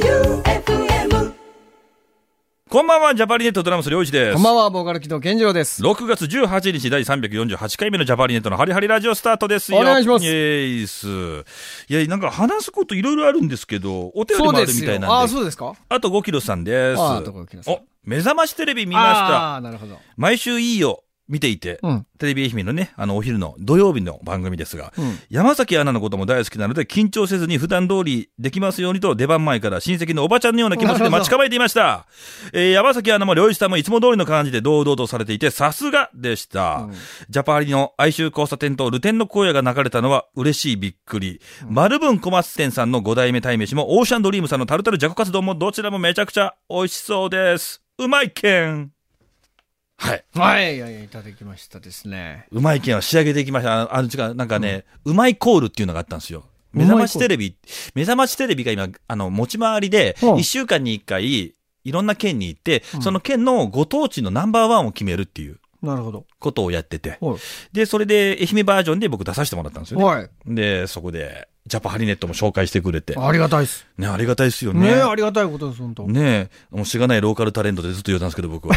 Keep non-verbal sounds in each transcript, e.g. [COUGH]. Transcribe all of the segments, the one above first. J-O-E-U-F-M こんばんは、ジャパリネットドラムス良一です。こんばんは、ボーカル機動健次郎です。 6月18日第348回目のジャパリネットのハリハリラジオスタートですよ。お願いしますイエーイス。いや、なんか話すこといろいろあるんですけど、お手そ紙うもあでるみすたよい。あなあ、んで。そうですかあと5キロさんです。ああと5キロさんお、目覚ましテレビ見見ました。ああ、なるほど。毎週いいよ、見ていて。うん。テレビ愛媛のね、あの、お昼の土曜日の番組ですが、うん山崎アナのことも大好きなので、緊張せずに普段通りできますようにと、出番前から親戚のおばちゃんのような気持ちで待ち構えていました。えー山崎アナも両一さんもいつも通りの感じで堂々とされていて、さすがでした。うんジャパーリの哀愁交差点とルテンの荒野が流れたのは嬉しいびっくり。丸文小松店さんの五代目鯛めしも、オーシャンドリームさんのタルタルじゃこカツ丼もどちらもめちゃくちゃ美味しそうです。うまいけん。はい。はい、はい、いただきましたですね。うまい券を仕上げていきました。ああの、違う、なんかね、うまいコールっていうのがあったんですよ。目覚ましテレビ、目覚ましテレビが今、あの、持ち回りで、うん1週間に1回、いろんな県に行って、その県のご当地のナンバーワンを決めるっていうなるほど。ことをやってて。はい。で、それで、愛媛バージョンで僕出させてもらったんですよね。はい。で、そこで、ジャパハリネットも紹介してくれて。ありがたいです。ね、ありがたいですよねね。え、ありがたいことです、本当。ねもうしがないローカルタレントでずっと言ってたんですけど、僕は。。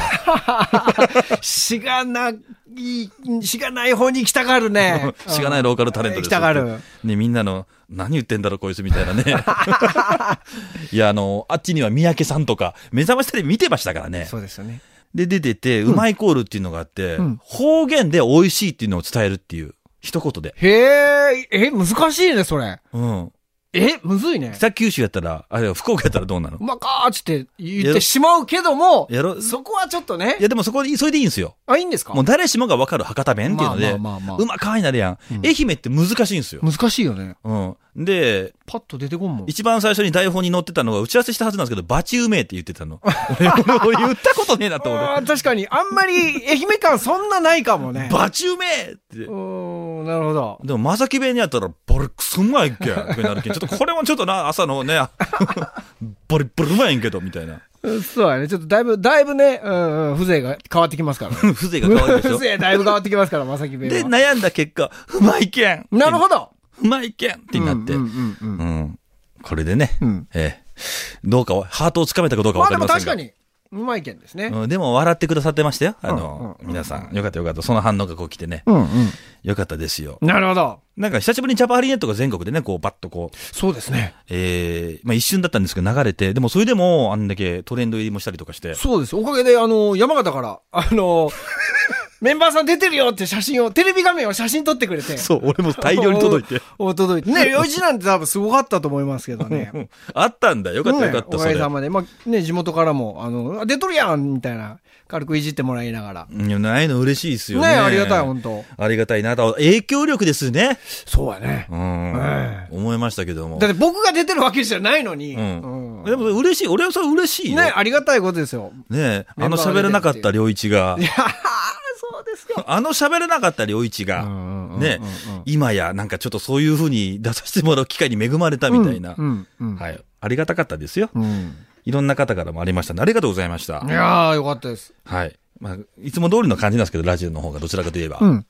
しがない、しがない方に行きたがるね [LAUGHS] しがないローカルタレントで行きす。たがる。ね、みんなの、何言ってんだろ、こいつみたいなね。 [LAUGHS] いや、あの、あっちには三宅さんとか、目覚ましテレビ見てましたからね。そうですよね。で、出てて、うまいコールっていうのがあって、ん方言で美味しいっていうのを伝えるっていう、一言で。へえ、え、難しいね、それ。うん。え、むずいね。北九州やったら、あれ、福岡やったらどうなのうまかーっつって言ってしまうけども、やろ、いそこはちょっとね。や、でもそこで、それでいいんですよ。あ、いいんですかもう誰しもがわかる博多弁っていうので、まあまあまあまあうまかいなるやん,、うん愛媛って難しいんですよ。難しいよね。うん。で、パッと出てこんもん。一番最初に台本に載ってたのが打ち合わせしたはずなんですけど、バチうめえって言って [LAUGHS] たの。俺、俺言ったことねえなってあ俺。ー確かに、あんまり愛媛感そんなないかもね。バチうめえってう。ーん、なるほど。でも、まさき弁にやったら、ボリクソうまいっけみたいになるけん。ちょっとこれもちょっとな、朝のね、 [LAUGHS] ボリボリうまいんけど、みたいな。うんそうやね。ちょっとだいぶ、だいぶね、うんうん、風情が変わってきますからね。 [LAUGHS] 風情が変わるでしょ。 [LAUGHS] 風情だいぶ変わってきますから、まさき弁で、は。悩んだ結果、うまいけんなるどほどうまいけんってなって。ううん。うんんうんうんこれでね、うんええ。どうかは、ハートをつかめたかどうかまわあかでりまもせんが。確かに、うまい件ですね。うん、でも笑ってくださってましたよ。あの、うん皆さん。よかったよかった。その反応がこう来てね。うんうん。よかったですよ。なるほど。なんか久しぶりにジャパハリネットが全国でね、こうバッとこう、そうですね。ええまあ一瞬だったんですけど流れて、でもそれでもあんだけトレンド入りもしたりとかして、そうです。おかげで、あの、山形から、あの、 [LAUGHS] メンバーさん出てるよって写真を、テレビ画面を写真撮ってくれて。そう、俺も大量に届いて。お。お届いて。ね、4時なんて多分すごかったと思いますけどね [LAUGHS] う。ん [LAUGHS] あったんだ。よかったよかっねた、そおかれ。げいさまで。まあ、ね、地元からも、あの、あ出とるやんみたいな、軽くいじってもらいながら。ねや、ないの嬉しいですよね。ありがたい、本当ありがたいなと。影響力ですね。そうやね。うん。え思いましたけども。だって僕が出てるわけじゃないのに。うん。うんでも嬉しい。俺はそれ嬉しいよ。ね、ありがたいことですよ。ねえ、あの喋れなかった良一がい、やーそうです [LAUGHS] よ。あの喋れなかった良一うんうが、んうんうんねえ、今やなんかちょっとそういう風に出させてもらう機会に恵まれたみたいなう、んうんはい。ありがたかったですよ。うんいろんな方からもありましたね。ありがとうございましたい。やー、よかったです。はい。まあ、いつも通りの感じなんですけど、ラジオの方がどちらかといえば。うん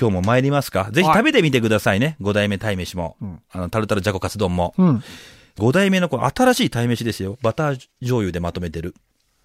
今日も参りますか。ぜひはい食べてみてくださいね。五代目鯛めしも、んあの、タルタルじゃこカツ丼も。うん。五代目のこの新しい鯛めしですよ。バター醤油でまとめてる。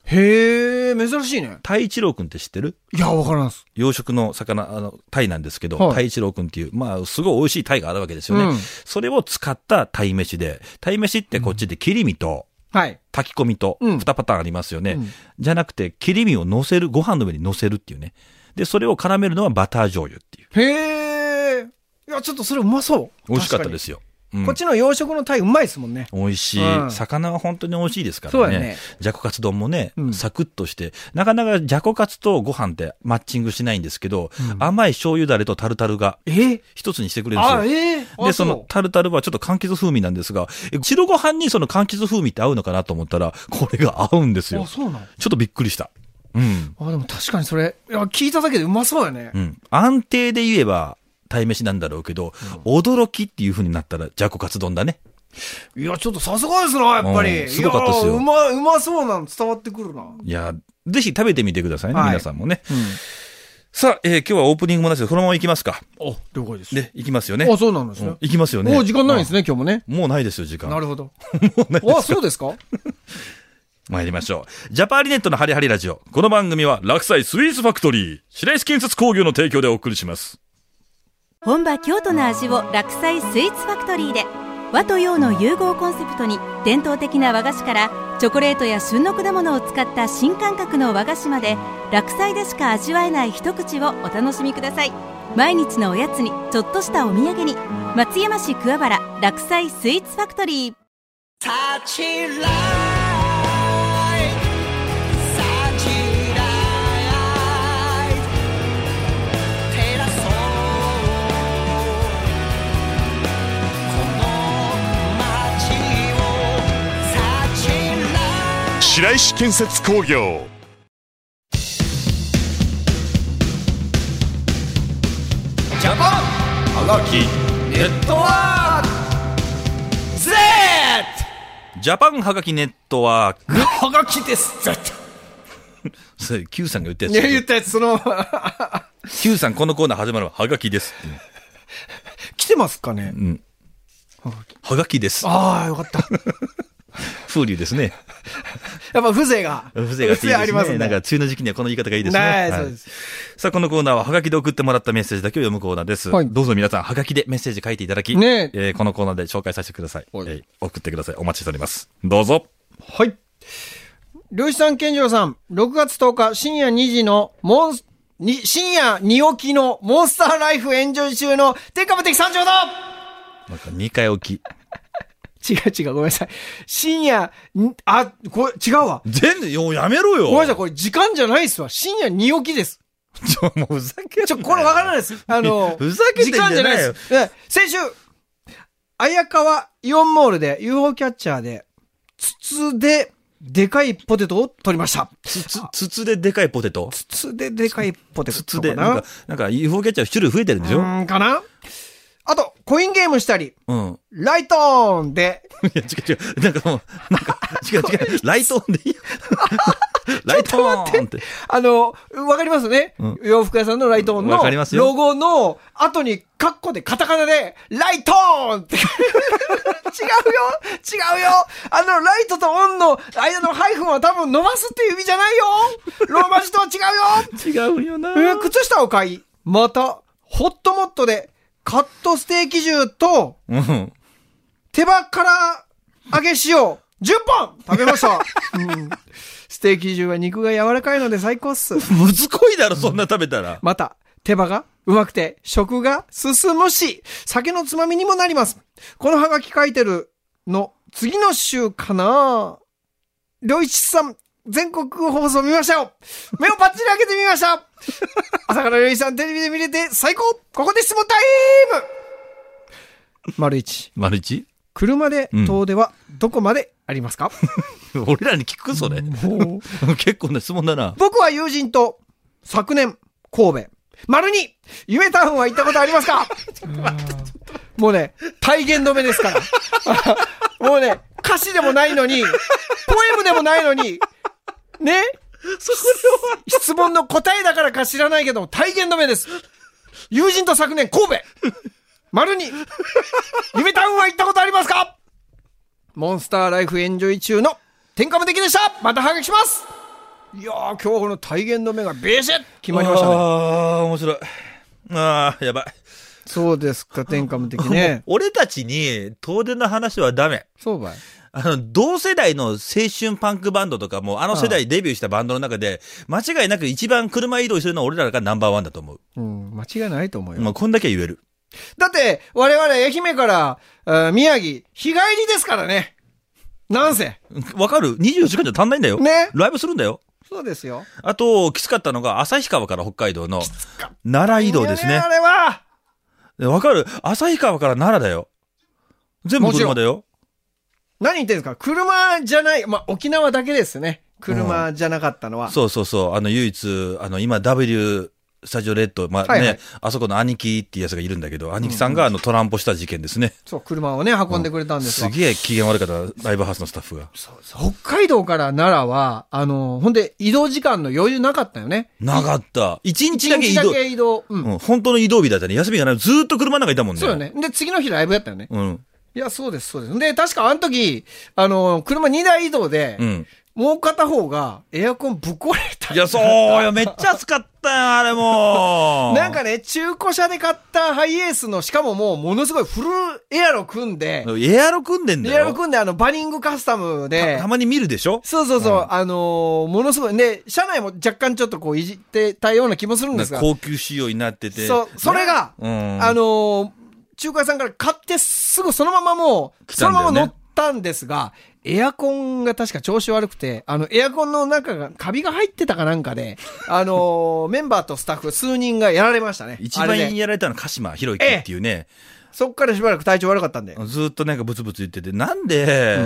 へー、珍しいね。太一郎くんって知ってるいや、わからんっす。養殖の魚、あの、鯛なんですけど、はい鯛一郎くんっていう、まあ、すごい美味しい鯛があるわけですよね。うんそれを使った鯛飯で、鯛飯ってこっちで切り身と、はい。炊き込みと、うん二パターンありますよね。うんじゃなくて、切り身を乗せる、ご飯の上に乗せるっていうね。で、それを絡めるのはバター醤油っていう。へー。いや、ちょっとそれうまそう。。美味しかったですすよ。うんこっちの養殖のタイうまいですもんね。美味しい、うん魚は本当に美味しいですかそらうね。やねじゃこカツ丼もね、うんサクッとして、なかなかじゃこカツとご飯ってマッチングしないんですけど、甘い醤油だれとタルタルがえー一つにしてくれるんですよあ、。えー。で、あその、タルタルはちょっと柑橘風味なんですが、え白ご飯にその柑橘風味って合うのかなと思ったら、これが合うんですうよあ、。そうなのちょっとびっくりした。うん。あ、でも確かにそれ、いや、聞いただけでうまそうやねう。ん。安定で言えば、鯛めしなんだろうけど、驚きっていう風になったら、じゃこカツ丼だね。いや、ちょっとさすがですな、やっぱうり。んすごかったっすよいやうま、うまそうなの伝わってくるな。いや、ぜひ食べてみてくださいね、はい皆さんもね。さあ、えー今日はオープニングもなしで、そのまま行きますか。お、了解です。で、行きますよね。あ、そうなんですね。行きますよね。もう時間ないんですね。ね、今日もね。もうないですよ、時間。なる [LAUGHS] ほど。もうないですあ、そうですか参りましょう。ジャパーリネットのハリハリラジオ。この番組は、落栽スイーツファクトリー、白石建設工業の提供でお送りします。本場京都の味を落菜スイーツファクトリーで和と洋の融合コンセプトに伝統的な和菓子からチョコレートや旬の果物を使った新感覚の和菓子まで落菜でしか味わえない一口をお楽しみください毎日のおやつにちょっとしたお土産に松山市桑原落菜スイーツファクトリー白石建設工業ジャパンハガキネットワークジャパンハガキネットワーク。はがきです、 [LAUGHS] それ、Q さんが言ったいや、 [LAUGHS] 言やっつ。たやつ、その、 Q さん、このコーナー始まるわ。ハガキです。 [LAUGHS] 来てますかねうん。ハガキです。ああ、よかった。風流ですね。やっぱ風情が。風情があっていいですね。ありますね。なんか、梅雨の時期にはこの言い方がいいですね。はいはいそうです。さあ、このコーナーは、ハガキで送ってもらったメッセージだけを読むコーナーです。はいどうぞ皆さん、ハガキでメッセージ書いていただき、ねえーこのコーナーで紹介させてください、はいえー送ってください。お待ちしております。どうぞ。はい。漁師さん、健二郎さん、6月10日深夜2時のモンス、に深夜2起きのモンスターライフエンジョイ中の天下無敵三条だなんか、2回置き。違う違う、ごめんなさい。深夜に、あ、これ違うわ。全然、ようやめろよ。ごめんなさい、これ時間じゃないっすわ。深夜2起きです。ちょ、もうふざけんなちょ、これわからない [LAUGHS] です。あの、ふざけてんじゃないよ時間っす。え先週、綾川イオンモールで UFO キャッチャーで、筒で、でかいポテトを取りました。筒、筒ででかいポテト筒ででかいポテト筒で、かなんか、なんか UFO キャッチャー種類増えてるんでしうょーんかなあと、コインゲームしたり、うん。ライトーンで、いや、違う違う。なんかもう、なんか、違う違う。ライトオンでいい [LAUGHS] よ。ライトオンって。あの、わかりますね、ん洋服屋さんのライトーンわかりますのよロゴの後にカッコでカタカナで、ライトーンって [LAUGHS] 違うよ違うよあの、ライトとオンの間のハイフンは多分伸ばすっていう意味じゃないよローマ字とは違うよ違うよなえー靴下を買い、また、ホットモットで、カットステーキ重と、うん。手羽から揚げ塩10本食べま [LAUGHS] した、うんステーキ中は肉が柔らかいので最高っす。むずこいだろ、そんな食べたら。また、手羽がうまくて食が進むし、酒のつまみにもなります。このハガキ書いてるの、次の週かな良一さん、全国放送見ましたよ目をパッチリ開けてみました [LAUGHS] 朝から良一さんテレビで見れて最高ここで質問タイム丸一。マルチ車で遠出はどこまでありますか、俺らに聞くそれ。結構な質問だな。僕は友人と昨年神戸丸に夢タウンは行ったことありますかもうね体言止めですから [LAUGHS] もうね歌詞でもないのにポエムでもないのにね質問の答えだからか知らないけども体言止めです友人と昨年神戸丸に夢タウンは行ったことありますかモンスターライフエンジョイ中の天下無敵でしたまた反撃しますいやー、今日この体言の目がビシッ決まりましたね。ああ、面白い。ああ、やばい。そうですか、天下無敵ね。俺たちに遠出の話はダメ。 [LAUGHS] そうばい。あの、同世代の青春パンクバンドとかも、あの世代デビューしたバンドの中で、間違いなく一番車移動してるのは俺らがナンバーワンだと思う。うん、間違いないと思うよ。まあ、こんだけは言える。だって、我々愛媛から、あー宮城、日帰りですからね。なんせ。わかる ?24 時間じゃ足んないんだよ。ねライブするんだよ。そうですよ。あと、きつかったのが、旭川から北海道の、奈良移動ですいいねよあ。れは。わかる旭川から奈良だよ。全部もちろ車んだよ。何言ってるんですか車じゃない。まあ、沖縄だけですね。車じゃなかったのは。そうそうそう。あの、唯一、あの、今 W3 スタジオレッド、まあね、はいはいあそこの兄貴っていうやつがいるんだけど、兄貴さんがあのトランポした事件ですね。そう、車をね、運んでくれたんですがすげえ機嫌悪かった、ライブハウスのスタッフが。北海道から奈良は、あの、ほんで移動時間の余裕なかったよね。なかった。一日だけ移一日動だ。け移動。うん。うん、本当の移動日だったね。休みがない。ずーっと車の中にいたもんね。そうよ。ね。で、次の日ライブやったよね。うん。いや、そうです、そうです。で、確かあの時、あの、車2台移動で、うん。もう片方がエアコンぶっ壊れた。いや、そうよ。めっちゃ暑かったよ、あれもう。 [LAUGHS] なんかね、中古車で買ったハイエースの、しかももうものすごいフルエアロ組んで、エアロ組んでんだよ。エアロ組んであの、バニングカスタたムでた、まに見るでしょそうそうそう、あのーものすごい、で、車内も若干ちょっとこういじってたような気もするんなでんすかが、高級仕様になってて。そう、それが、うん。あのー中華屋さんから買ってすぐそのままもう、来そたのんだまよねま乗ったんですが、エアコンが確か調子悪くて、あの、エアコンの中が、カビが入ってたかなん [LAUGHS] かで、あのーメンバーとスタッフ数人がやられましたね。一あ番れでやられたのは鹿島博之っていうね、そっからしばらく体調悪かったんで。ずーっとなんかブツブツ言ってて、なんで、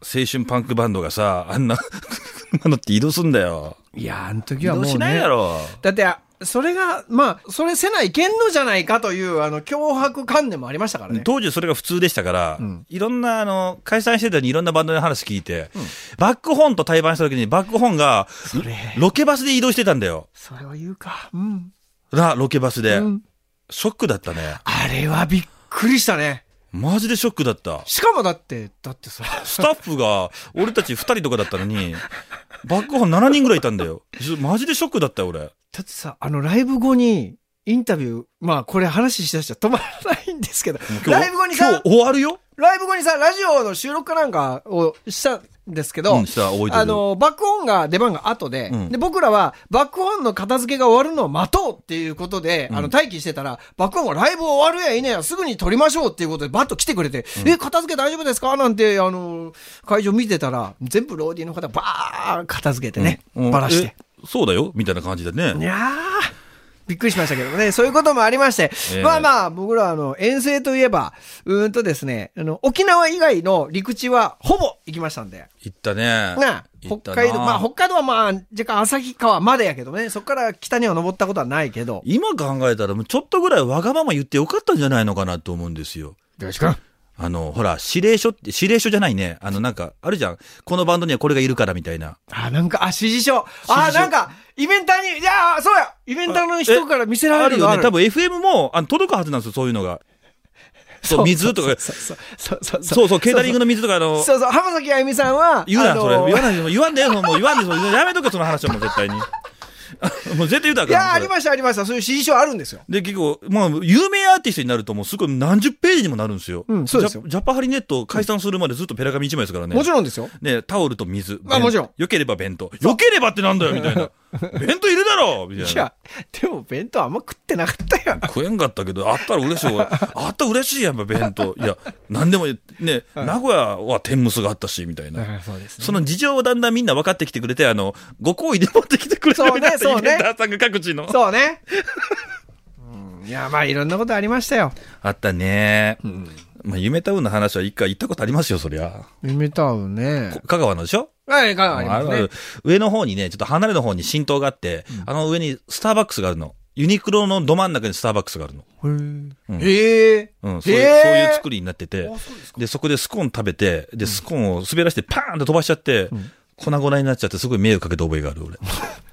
青春パンクバンドがさ、あんな [LAUGHS] 車乗って移動すんだよ。いやー、あの時移はもう、動ね。しないだろ。だって、あそれが、まあ、それせないけんのじゃないかという、あの、脅迫観念もありましたからね。当時それが普通でしたから、いろんな、あの、解散してたのにいろんなバンドの話聞いて、バックホーンと対バンした時にバックホーンが、ロケバスで移動してたんだよ。それを言うか。うん。な、ロケバスで。うんショックだったね。あれはびっくりしたね。マジでショックだった。しかもだって、だっ [LAUGHS] てさ、スタッフが、俺たち2人とかだったのに、バックホーン7人ぐらいいたんだよ。ちょマジでショックだったよ、俺。だってさ、あの、ライブ後に、インタビュー、まあ、これ話しだしちゃ止まらないんですけど、ライブ後に今さ日、終わるよライブ後にさ、ラジオの収録かなんかをしたんですけど、うんした覚えてるあの、バックオンが出番が後で、うんで、僕らは、バックオンの片付けが終わるのを待とうっていうことで、あうの、ん待機してたら、バックオンがライブ終わるやいねや、すぐに撮りましょうっていうことで、バッと来てくれて、え、片付け大丈夫ですかなんて、あの、会場見てたら、全部ローディーの方がバーン片付けてね、うんバラして。。えそうだよみたいな感じだね。いやー、びっくりしましたけどね、 [LAUGHS] そういうこともありまして、ええまあまあ、僕らあの遠征といえば、うーんとですね、あの沖縄以外の陸地はほぼ行きましたんで、行ったね。なあ行った北な海道、まあ北海道はまあ、若干旭川までやけどね、そこから北には登ったことはないけど、今考えたら、もうちょっとぐらいわがまま言ってよかったんじゃないのかなと思うんですよ。あの、ほら、指令書って、指令書じゃないね。あの、なんか、あるじゃん。このバンドにはこれがいるからみたいな。あ、なんか、あ、指示書、あ、なんか、イベンターに、いやーそうや、イベンターの人から見せらあるれるのよね。多分分 FM も、あの、届くはずなんですよ、そういうのが。そう、水とか。 [LAUGHS] そうそうそうそうそう、ケータリングの。の水とか、あの、そうそう、浜崎あゆみさんは、言うあな、のそれ。言わないで、言わんでよ、もう言わんでよ、やめとけ、その話はもう絶対に。 [LAUGHS] もう絶対言うたらあいやー、かあんりそれました、ありました。そういう指示書あるんですよ。で、結構、まあ、有名アーティストになると、もうすごい何十ページにもなるんですよ。うんそうですよジャジャパハリネット解散するまでずっとペラ紙一枚ですからね。もちろんですよ。ね、タオルと水。まあもちろん良ければ弁当。良ければってなんだよ、みたい [LAUGHS] な。弁当いるだろみたいいな。や、でも弁当あんま食ってなかったよ。食えんかったけど、あったら嬉しいわ。あったら嬉しいやん、やっぱ弁当。いや、なんでもいい、ね、名古屋は天むす [LAUGHS] があったし、みたいな。そうですその事情をだんだんみんな分かってきてくれて、あの、ご好意で持ってきてくれるようになったそうねそうねイベ [LAUGHS] ンターさんが各地の。そうね。うんいや、まあいろんなことありましたよ。あったね。まあ、夢タウンの話は一回行ったことありますよ、そりゃ。夢タウンねこ。香川のでしょはい、かありまあすのあねる。上の方にね、ちょっと離れの方に新島があって、あの上にスターバックスがあるの。ユニクロのど真ん中にスターバックスがあるの。うんへえ。うん、そういう、へーそういう作りになってて、で、そこでスコーン食べて、で、スコーンを滑らしてパーンと飛ばしちゃって、粉々になっちゃって、すごい迷惑かけた覚えがある、俺。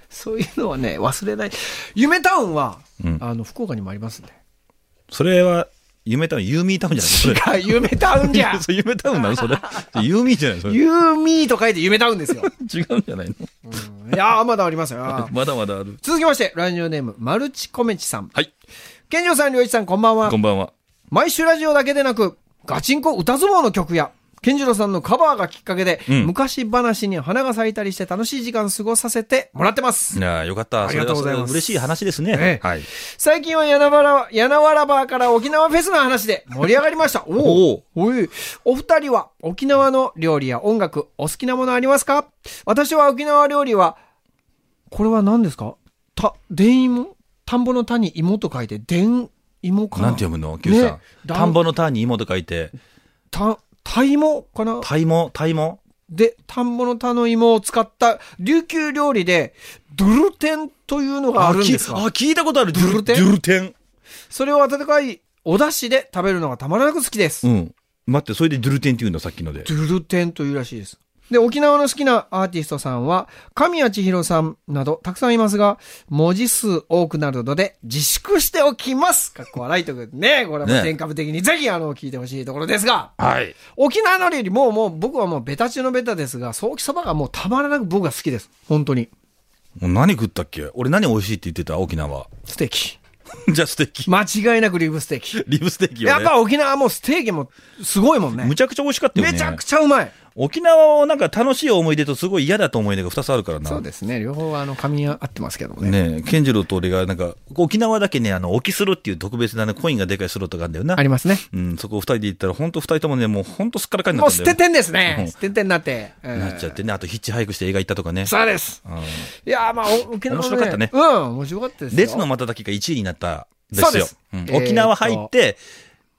そういうのはね、忘れない。夢タウンはうん、あの、福岡にもありますんで。それは、夢タウン、ユーミータウンじゃないそれ。違う、夢タウンじゃ [LAUGHS] んそう夢タウンなの [LAUGHS] それ。ユーミーじゃないそれ。違ユーミーと書いて夢タウンですよ。うんじゃないのいやー、まだあり [LAUGHS] ますよ。まだまだある。続きまして、ラジオネーム、マルチコメチさん。はい。健常さん、良一さん、こんばんはこ。んばんは。毎週ラジオだけでなく、ガチンコ歌相撲の曲や、健次郎さんのカバーがきっかけで、うん昔話に花が咲いたりして楽しい時間過ごさせてもらってます。いやーよかった。ありがとうございそれはそれますで嬉しい話ですえね。えはい。最近は柳原、柳原バーから沖縄フェスの話で盛り上がりま [LAUGHS] した。おおおいお二人は沖縄の料理や音楽、お好きなものありますか私は沖縄料理は、これは何ですかた、電芋田んぼの田に芋と書いて、電芋かななんて読むの ?Q さねん。田んぼの田に芋と書いて、た、タイモかなタイモ、タイモで、田んぼの田の芋を使った琉球料理で、ドゥルテンというのがあるんですあか聞いたことある。ドゥルドゥルテンドゥルテン。それを温かいお出汁で食べるのがたまらなく好きです。うん。待って、それでドゥルテンって言うんだ、さっきので。ドゥルテンというらしいです。で、沖縄の好きなアーティストさんは、神谷千尋さんなどたくさんいますが、文字数多くなるので自粛しておきます。かっこ笑いということでね、これはもうね全株的にぜひあの、聞いてほしいところですが、はい。沖縄のりよりもうもう僕はもうベタ中のベタですが、ソーキそばがもうたまらなく僕が好きです。本当に。もう何食ったっけ俺何美味しいって言ってた沖縄。 [LAUGHS] ステーキ。じゃあステーキ。 [LAUGHS] 間違いなくリブステーキ。リブステーキよやっね。ぱ沖縄はもうステーキもすごいもんねむ。ちゃくちゃ美味しかったよね。めちゃくちゃうまい。沖縄をなんか楽しい思い出とすごい嫌だと思い出が2つあるからな。そうですね。両方はあの、噛み合ってますけどもね。ねえ、ケンジロウと俺がなんか、沖縄だけね、あの、沖スロっていう特別なね、コインがでかいスロットがあるんだよな。ありますね。うん、そこを2人で行ったら、ほんと2人ともね、もうほんとすっからかんになもっうた捨んだてよ。てんですねう。ん捨ててになって。なっちゃってね、あとヒッチハイクして映画行ったとかね。そうです。うんいやーまあ、お沖縄のね面白かったねうん、面白かったですよ。列の瞬きが1位になったんそでうすでよす。うんえーっと沖縄入って、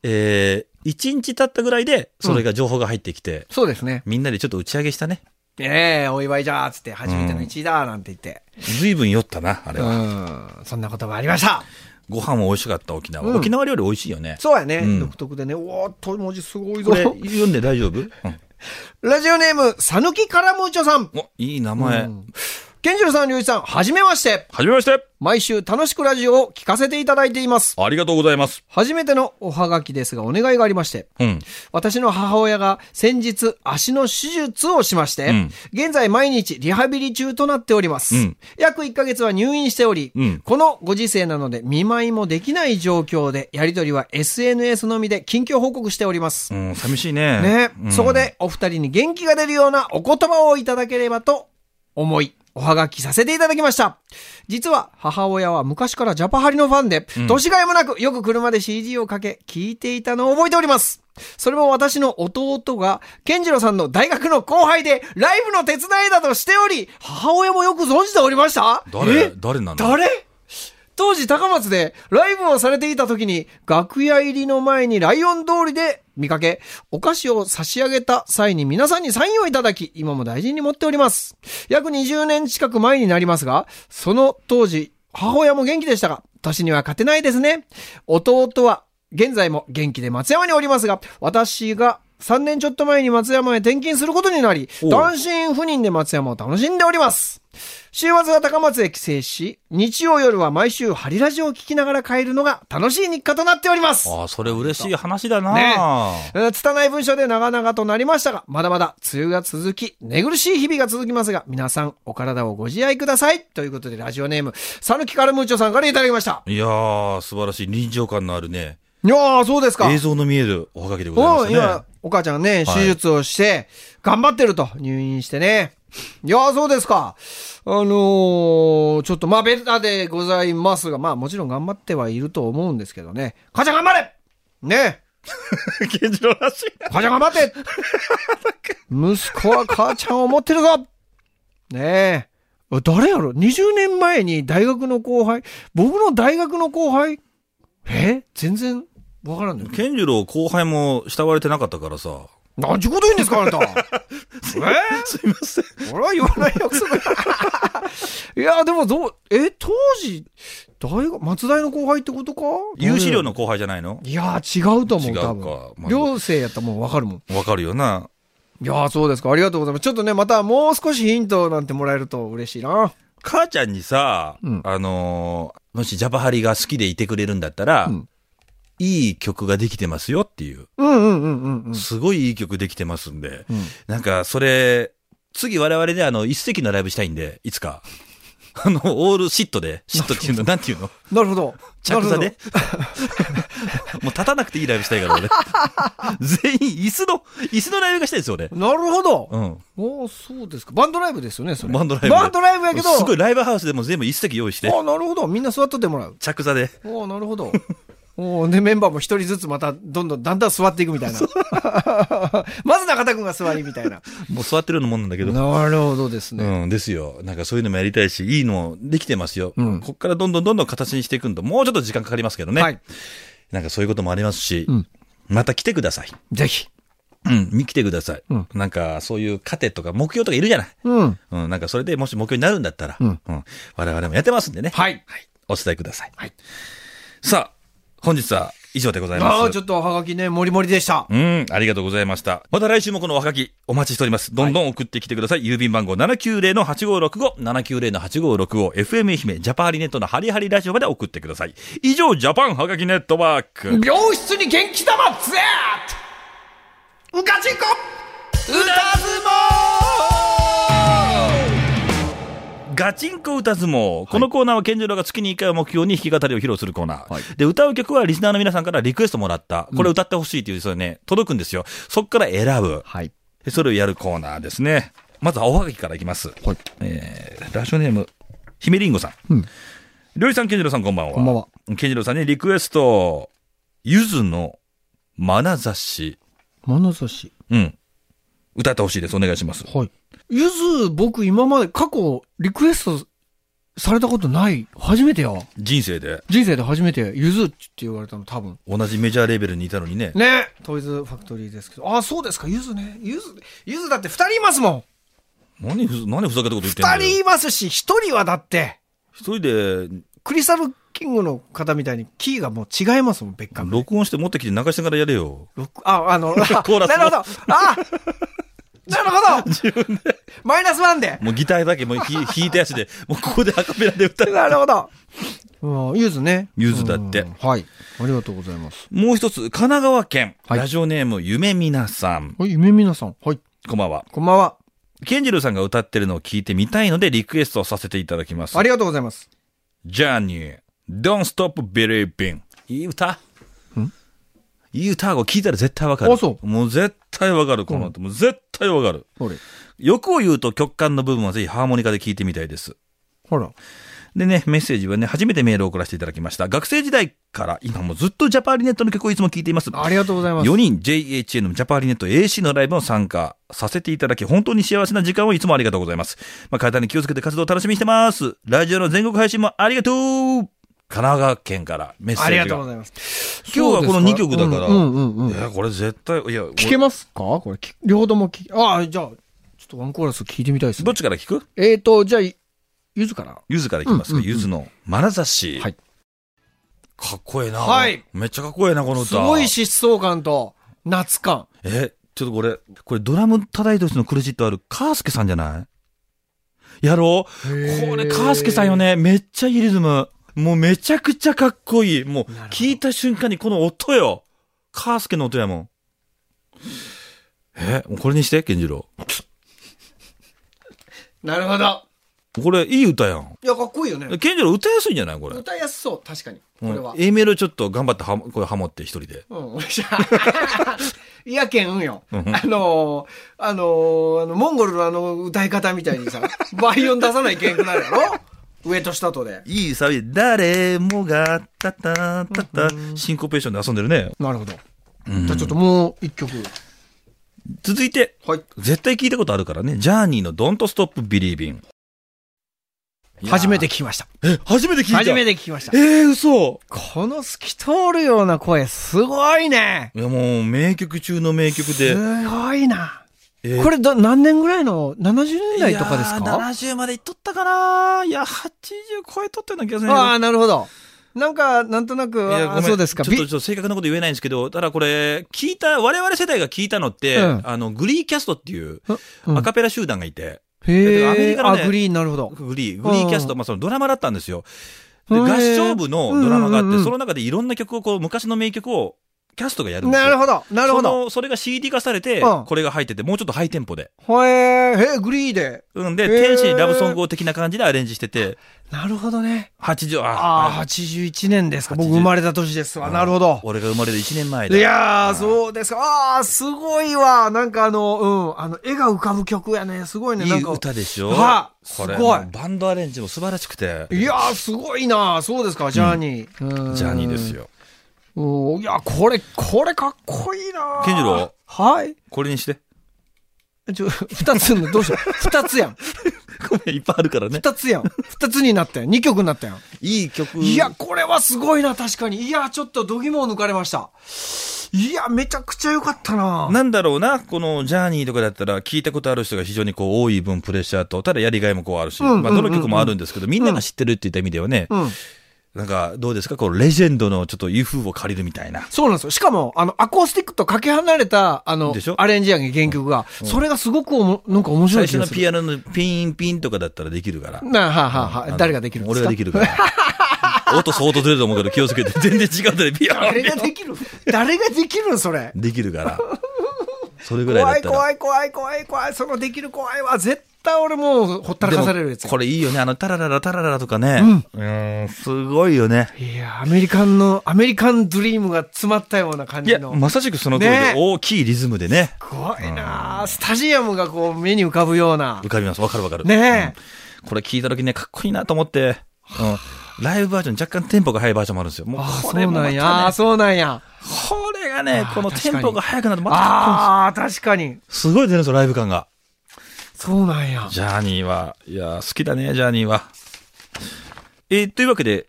えー、1日経ったぐらいで、それが情報が入ってきて、そうですね。みんなでちょっと打ち上げしたね。ええ、お祝いじゃーっつって、初めての1位だーなんて言って。ずいぶん酔ったな、あれうは。ん、そんなこともありました。ご飯も美味しかった、沖縄。うん沖縄料理美味しいよね。そうやね、うん独特でね。おーっと、文字すごいぞこ。れ、読んで大丈夫、うん、ラジオネーム、さぬきカラムーチョさん。お、いい名前。ケンジロさん、りゅういちさん、はじめまして。はじめまして毎週楽しくラジオを聞かせていただいています。ありがとうございます。初めてのおはがきですが、お願いがありまして。うん。私の母親が先日足の手術をしまして、うん現在毎日リハビリ中となっております。うん約1ヶ月は入院しており、うんこのご時世なので見舞いもできない状況で、やりとりは SNS のみで近況報告しております。うん、寂しいね。ね、うんそこ。でお二人に元気が出るようなお言葉をいただければと思い、おはがきさせていただきました。実は母親は昔からジャパハリのファンで、年がいもなくよく車で CD をかけ、聴いていたのを覚えております。それも私の弟が、健次郎さんの大学の後輩で、ライブの手伝いだとしており、母親もよく存じておりました誰え誰なの誰当時高松でライブをされていた時に楽屋入りの前にライオン通りで見かけ、お菓子を差し上げた際に皆さんにサインをいただき、今も大事に持っております。約20年近く前になりますが、その当時、母親も元気でしたが、年には勝てないですね。弟は現在も元気で松山におりますが、私が3年ちょっと前に松山へ転勤することになり、おう単身赴任で松山を楽しんでおります。週末は高松へ帰省し、日曜夜は毎週ハリラジオを聞きながら帰るのが楽しい日課となっております。ああ、それ嬉しい話だな。ねえー拙い文章で長々となりましたが、まだまだ梅雨が続き、寝苦しい日々が続きますが、皆さんお体をご自愛ください。ということで、ラジオネーム、さぬきカルムーチョさんからいただきました。いやー、素晴らしい。臨場感のあるね。いやー、そうですか。映像の見えるおはがきでございまうん、したね今。、お母ちゃんはね、い手術をして、頑張ってると、入院してね。いやー、そうですか。あのー、ちょっと、まあ、ベタでございますが、まあ、もちろん頑張ってはいると思うんですけどね。母ちゃん頑張れねケンジロウらしいな。母ちゃん頑張って [LAUGHS] 息子は母ちゃんを持ってるぞねえ。誰やろ ?20 年前に大学の後輩僕の大学の後輩え全然わからんね。ケンジロウ後輩も慕われてなかったからさ。なんちゅうこと言うんですか [LAUGHS] あなたえすいません。俺は言わない約束だ [LAUGHS] いや、でもどう、え、当時、大学、松大の後輩ってことか有志寮の後輩じゃないのいや、違うと思う、違うか多ま分。あ寮生やったらもうわかるもん。わかるよな。いや、そうですか。ありがとうございます。ちょっとね、またもう少しヒントなんてもらえると嬉しいな。母ちゃんにさ、うんあのーもしジャパハリが好きでいてくれるんだったら、うんいい曲ができてますよっていう。うんうんうんうんうん。すごいいい曲できてますんで、んなんかそれ、次我々であの、一席のライブしたいんで、いつか。 [LAUGHS] あの、オールシットで、シットっていうの、なんていうのなるほど。なる着ほ座どで。 [LAUGHS] もう立たなくていいライブしたいから俺。 [LAUGHS] 全員椅子の、椅子のライブがしたいですよ俺。なるほど。うん。おーそうですか。バンドライブですよね、それ。バンドライブで。バンドライブやけど、すごいライブハウスでも全部一席用意してあ、あ、なるほど。みんな座っとってもらう。着座で。おおなるほど。おおで、メンバーも一人ずつまた、どんどん、だんだん座っていくみたいな。 [LAUGHS] まず中田くんが座りみたいな。もう座ってるようなもんなんだけど。なるほどですね。うん、ですよ。なんかそういうのもやりたいし、いいのもできてますよ。うんこっからどんどんどんどん形にしていくんと、もうちょっと時間かかりますけどね。はい。なんかそういうこともありますし、んまた来てください。ぜひ。うん、見来てください。うんなんか、そういう糧とか目標とかいるじゃない。うん。うん、なんかそれでもし目標になるんだったら、うんうん、我々もやってますんでね。はい。お伝えください。はいさあ、本日は以上でございます。ああ、ちょっとはがきね、もりもりでした。うん、ありがとうございました。また来週もこのおはがきお待ちしております。どんどん送ってきてください。郵便番号790-8565、790-8565、FM 愛媛、ジャパーリネットのハリハリラジオまで送ってください。以上、ジャパンはがきネットワーク。病室に元気玉ゼーッガチンコ歌相撲ガチンコ歌相撲。このコーナーは健常郎が月に1回を目標に弾き語りを披露するコーナー。で、歌う曲はリスナーの皆さんからリクエストもらった。これ歌ってほしいっていう、それね、届くんですよ。そっから選ぶ。はい。でそれをやるコーナーですね。まずはおはがきからいきます。はいえー、ラジオネーム、ひめりんごさん。うんりょういさん、健次郎さん、こんばんは。こんばんは。健次郎さんにリクエスト、ゆずの眼差し。物差し。うん。歌ってほしいです。お願いします。はい。ゆず、僕今まで過去リクエストされたことない。初めてやわ。人生で人生で初めてゆずって言われたの多分。同じメジャーレベルにいたのにね。ねトイズファクトリーですけど。ああ、そうですか。ゆずね。ゆず、ゆずだって二人いますもん。何ふざ、何ふざけたこと言ってんの二人いますし、一人はだって、一人で、クリスタルキングの方みたいにキーがもう違いますもん、別格。録音して持ってきて流しながらやれよ。録あ、あの、あ [LAUGHS] コーラスなのるほど。あなるほどマイナスワンで。もうギターだけもう [LAUGHS] ひ弾いたやつで、もうここでアカペラで歌う。なるほど。うん、ゆずね。ゆずだってうんはい。ありがとうございます。もう一つ、神奈川県、はいラジオネーム、夢みなさん。はい、夢みなさん。はい。こんばんは。こんばんは。ケンジルさんが歌ってるのを聞いてみたいので、リクエストをさせていただきますあ。りがとうございます。ジャーニー、Don't Stop Believing。いい歌いい歌を聞いたら絶対わかる。あそうもう絶対わかる、この後。もう絶対わかる。ほれ。欲を言うと曲間の部分はぜひハーモニカで聞いてみたいです。ほら。でね、メッセージはね、初めてメールを送らせていただきました。学生時代から今もずっとジャパーリネットの曲をいつも聴いています。ありがとうございます。 4人 JHA のジャパーリネット AC のライブを参加させていただき、本当に幸せな時間をいつもありがとうございます。まあ、体に気をつけて活動を楽しみにしてます。ラジオの全国配信もありがとう神奈川県からメッセーあジりが。がとうございます。今日はこの2曲だから、うんうんうんうんいや、これ絶対、いや、聞けますかこれ、き両方とも聞き、ああ、じゃあ、ちょっとワンコーラス聞いてみたいですどっ。ねちから聞くえーと、じゃあ、ゆずから。ゆずからいきますか。うんうんうんゆずの眼差し。はいかっこええな。はいめっちゃかっこええな、この歌。すごい疾走感と、夏感。え、ちょっとこれ、これドラム叩いてる人のクレジットある、カースケさんじゃないやろうこれ、カースケさんよね。めっちゃいいリズム。もうめちゃくちゃかっこいい。もうなるほど聞いた瞬間にこの音よ。カースケの音やもん。え、もうこれにして、健次郎。なるほど。これ、いい歌やん。いや、かっこいいよね。健次郎歌いやすいんじゃないこれ。歌いやすそう、確かに。うこれんは。 A メロちょっと頑張っては、これハモって一人で。うん、 [LAUGHS] いやけんうんよ。うあんうんのー、あのー、あの、モンゴルのあの、歌い方みた [LAUGHS] いにさ、倍音出さないけんくなるやろ上と下とで。いいサビで、誰もが、たたたた、シンコペーションで遊んでるね。なるほど。じゃあちょっともう一曲。続いて、はい。絶対聞いたことあるからね。ジャーニーの Don't Stop Believing。初めて聞きました。え、初めて聞いた初めて聞きました。えー、嘘この透き通るような声、すごいね。いや、もう、名曲中の名曲で。すごいな。えーこれど、何年ぐらいの ?70 年代とかですいやーか ?70 までいっとったかないや、80超えとったような気がするんああ、だなるほど。なんか、なんとなけく、どいやごあめんそうですか。ちょっと、ちょびっと正確なこと言えないんですけど、ただこれ、聞いた、我々世代が聞いたのって、うんあの、グリーキャストっていう、うんアカペラ集団がいて、へえ、アメリカのねあ、グリーン、なるほど。グリー、グリーキャスト、まあそのドラマだったんですよ。でへー合唱部のドラマがあうんっうんうて、んその中でいろんな曲をこう、昔の名曲を、キャストがやるんですよ。なるほど、なるほそど。のそれが CD 化されて、うんこれが入ってて、もうちょっとハイテンポで。へえ、へえ、グリーで。うんで、へー天使にラブソングを的な感じでアレンジしてて、なるほどね。 80、ああ、あ81年ですか。僕80生まれた年ですわ。なるほど。俺が生まれる1年前いだ。やー、そうですか。ああー、すごいわ。なんかあの、うん、あの、絵が浮かぶ曲やね。すごいね。いなんいか歌でしょはいこれすごいバンドアレンジも素晴らしくて。いやー、すごいなそうですか、ジャーニー。うんジャーニーです。よ。おーいや、これ、これかっこいいな健次郎はい。これにして。 [LAUGHS] ちょ、二つの、どうしよう。二つやん。ごめん、いっぱいあるからね。二つやん。二つになったやん。二曲になったやん。いい曲。いや、これはすごいな、確かに。いや、ちょっと度肝を抜かれました。いや、めちゃくちゃ良かったななんだろうな、このジャーニーとかだったら、聞いたことある人が非常にこう多い分プレッシャーと、ただやりがいもこうあるし、うんうんうんまあ、どの曲もあるんですけど、みんなが知ってるって言った意味ではね、うん。なんかどうですか、こうレジェンドのちょっと威風を借りるみたいな。そうなんですよ。しかも、あの、アコースティックとかけ離れた、あのでし、ょアレンジやん原曲が、それがすごくおも、なんか面白最い気初がのすピる。アノのピンピンとかだったらできるから。なはあはあはああの誰ができるんで俺すかができるから。音相当ずれると思うけど気をつけて。全然違うとね、ピア [LAUGHS] ノ。 [LAUGHS] 誰ができる誰ができるんそれ。できるから。それぐらいだっ怖いたら。怖い怖い怖い怖い、そのできる怖いは、絶対俺もう、ほったらかされるやでつも。これいいよね。あの、タラララタラララとかね。うん。ん、すごいよね。いや、アメリカンの、アメリカンドリームが詰まったような感いじや、の。まさしくその通りでね、大きいリズムでね、怖いなあスタジアムがこう、目に浮かぶような浮。かびます。わかるわかる。ねえうんこれ聞いた時ね、かっこいいなと思って、うん。ライブバージョン、若干テンポが速いバージョンもあるんですよ。もうああ、こそれうもまなたんね、や。ああ、そうなんや。これがねあ、ーこのテンポが速くなると、またかっこいいんですよああ、確かに。すごい出るんですよ、ライブ感が。そうなんや。ジャーニーは、いやー、好きだね、ジャーニーは。えーというわけで、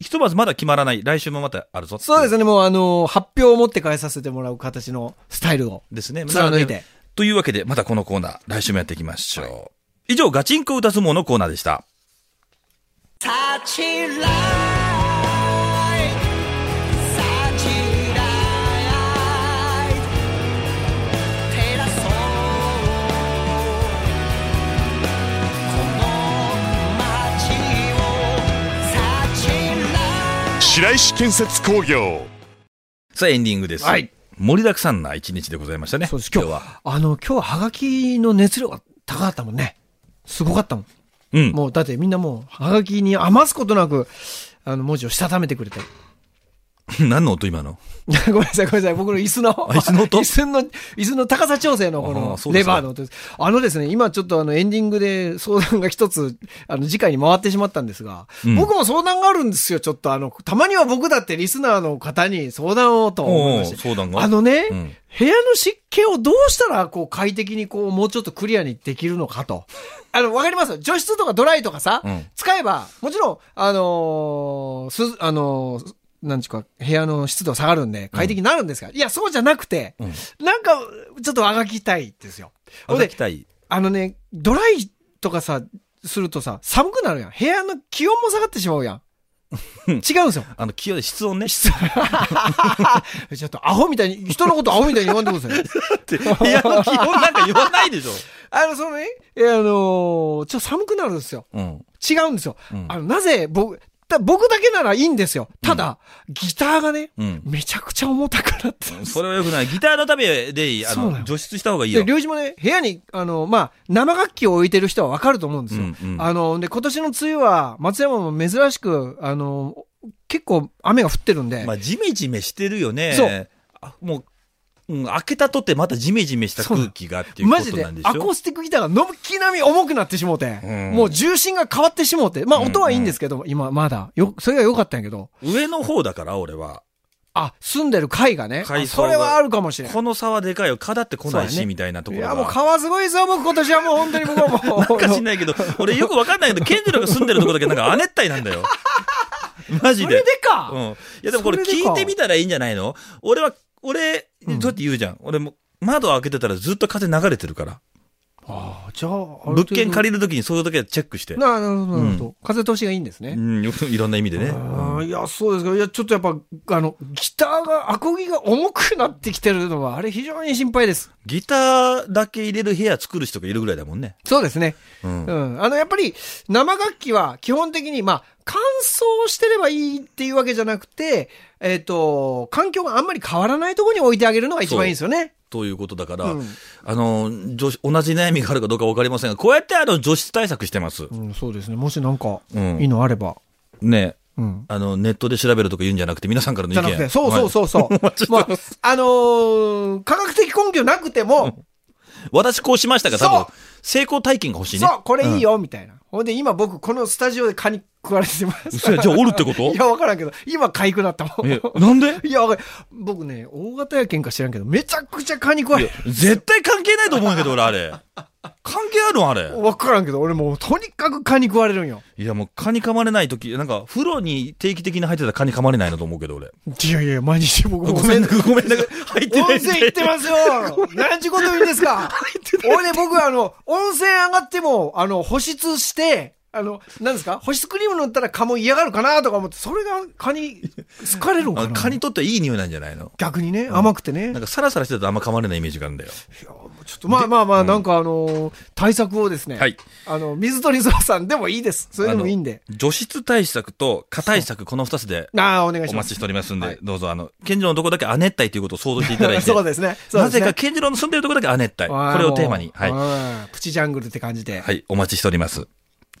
ひとまずまだ決まらない。来週もまたあるぞ。。そうですすね、もうあのー、発表を持って返させてもらう形のスタイルを。ですね。貫いてなのでというわけで、またこのコーナー、来週もやっていきましょう。以上、ガチンコ歌相撲のコーナーでした。白石建設工業さあ、エンディングです。はい盛りだくさんな一日でございましたね。そうです、今今日日はは。。あの、今日はハガキの熱量が高かったもんね。すごかったもん。うん。もう、だってみんなもう、ハガキに余すことなく、あの、文字をしたためてくれて。 [LAUGHS] [LAUGHS] 何の音今のごめんなさい、ごめんなさい。僕の椅子の、椅子の音椅子の、椅子の高さ調整のこあーのそうでレすかバーの音です。あのですね、今ちょっとあのエンディングで相談が一つ、あの次回に回ってしまったんですが、うん僕も相談があるんですよ、ちょっとあの、たまには僕だってリスナーの方に相談をと思いまおしーて。相談が。あのね、うん部屋の湿気をどうしたら、こう、快適に、こう、もうちょっとクリアにできるのかと。あの、わかります除湿とかドライとかさ、うん使えば、もちろん、あのーす、あのーなんちゅうか、部屋の湿度下がるんで、快適になるんですが、いや、そうじゃなくて、うんなんか、ちょっとあがきたいですよ。あほんができ、たい。あのね、ドライとかさ、するとさ、寒くなるやん。部屋の気温も下がってしまうやん。違うんですよ。あの、気温で室温ね。 [LAUGHS] ちょっとアホみたいに、人のことアホみたいに言わんでくだ [LAUGHS] さい。って、部屋の気温なんか言わないでしょ。あの、そのね、えあのーちょっと寒くなるんですよ。うん。違うんですよ。うんあの、なぜ、僕、だ僕だけならいいんですよ。ただ、ギターがね、うんめちゃくちゃ重たくなってます。それは良くない。ギターのためでいい。あそうなの、の除湿した方がいいで、よ。領事もね、部屋に、あの、まあ、生楽器を置いてる人はわかると思うんですよ。うんうんあの、で、今年の梅雨は、松山も珍しく、あの、結構雨が降ってるんで、まあ、ジメジメしてるよね。そうあもう、うん、開けたとってまたジメジメしたそうな空の気がっていうこマジとでなんでしょアコースティックギターがのっきなみ重くなってしもうて、うんもう重心が変わってしもうて、まあうん音はいいんですけど、今まだ、よ、それが良かったんやけど、上の方だから、俺は。あ、住んでる階がね、階あ層そがれはあるかもしれん。この差はでかいよ。蚊だって来ないそうし、だねみたいなといころや、が。もう川すごいですよ、僕今年はもう本当に僕はもう。なんかしないけど、俺よくわかんないけ [LAUGHS] ど、ケンジロが住んでるとこだけなんか亜熱帯なんだよ。マジそで。れでか、うん。いや、でもこれそれで聞かいてみたらいいんじゃないの俺は、俺、そうやって言うじゃん。俺も、窓開けてたらずっと風流れてるから。ああ、じゃあ、物件り借りるときにそういうときはチェックして。ななるほど、なるほど。う風通しがいいんですうね。ん、よくいろんな意味でね。ああいや、そうですけど、いや、ちょっとやっぱ、あの、ギターが、アコギが重くなってきてるのは、あれ非常に心配です。ギターだけ入れる部屋作る人がいるぐらいだもんね。そうですね。うんうん。あの、やっぱり、生楽器は基本的に、まあ、乾燥してればいいっていうわけじゃなくて、えっ、と、環境があんまり変わらないところに置いてあげるのが一番いいんですよね。ということだから、うんあの、女子同じ悩みがあるかどうかわかりませんが、こうやってあの、除湿対策してます。うん、そうですね。もしなんか、うんいいのあれば。ね。うん。あの、ネットで調べるとか言うんじゃなくて、皆さんからの意じゃな見。くて、そうそうう。そうそう。 [LAUGHS] まあ、あのー科学的根拠なくても、私こうしましたが、多そう分、成功体験が欲しいね。そう、これいいよ、みたいな。ほんで、今僕、このスタジオで蚊に食われてま [LAUGHS] うん。す。嘘や、じゃあおるってこと [LAUGHS] いや、わからんけど、今、かゆくなったもん。え、なんでいや、わかる僕ね、大型やけんか知らんけど、めちゃくちゃ蚊に食われる。絶対関係ないと思うんやけど、俺、あれ。関係あるんあれ。分からんけど俺もうとにかく蚊に食われるんよいや、もう蚊に噛まれない時なんか、風呂に定期的に入ってたら蚊に噛まれないなと思うけど、俺。いやいや毎日僕ごめんな、ごめんな、入ってない温泉行ってますよ [LAUGHS] 何ちゅうこと言うんですか俺ね、僕はあの、温泉上がっても、あの、保湿して、あの、なんですか保湿クリーム塗ったら蚊も嫌がるかなとか思って、それが蚊に好かれるんかあな蚊にとってはいい匂いなんじゃないの逆にね、甘くてね。なんかサラサラしてたとあんま噛まれないイメージがあるんだよ。ちょっとまあまあまあ、なんかあのー対策をですね、はいあの、水鳥沢さんでもいいです。それでもいいんで。あの除湿対策と蚊対策、この二つでああ、お願いしおま待ちす。しておりますんで、はいどうぞ、あの、健常のとこだけ亜熱帯ということを想像していただいて。 [LAUGHS] そうですね。そうなですねぜか、健次郎の住んでるとこだけ亜熱帯。これをテーマに。はい。はい。プチジャングルって感じで。 [LAUGHS] はい、お待ちしております。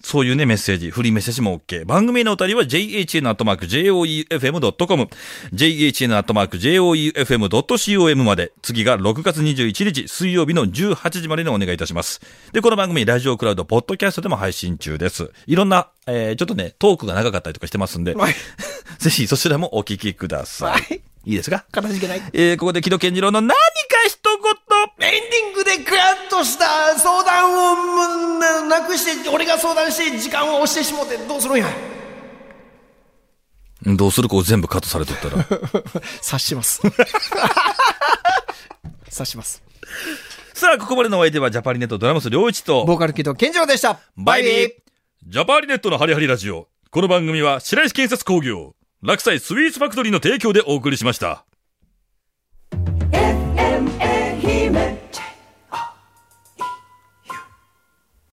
そういうね、メッセージ、フリーメッセージも OK。番組のお便りは jhn.joefm.com、jhn.joefm.com まで、次が6月21日水曜日の18時までにお願いいたします。で、この番組、ラジオクラウド、ポッドキャストでも配信中です。いろんな、えー、ちょっとね、トークが長かったりとかしてますんで、はい [LAUGHS] ぜひそちらもお聞きください。はいい、いですか悲しげない。エンえー、ここで木戸健二郎の何か一言ディングでグラッとした相談をうんなくして、俺が相談して時間を押してしもうてどうするんや。うんどうするこう全部カットされとったら。察します。 [LAUGHS] 察します。 [LAUGHS] さあ、ここまでのお相手はジャパリネットドラムス良一と、ボーカルキド、健次郎でした。バイビージャパリネットのハリハリラジオ。この番組は白石建設工業、落西スイーツファクトリーの提供でお送りしました。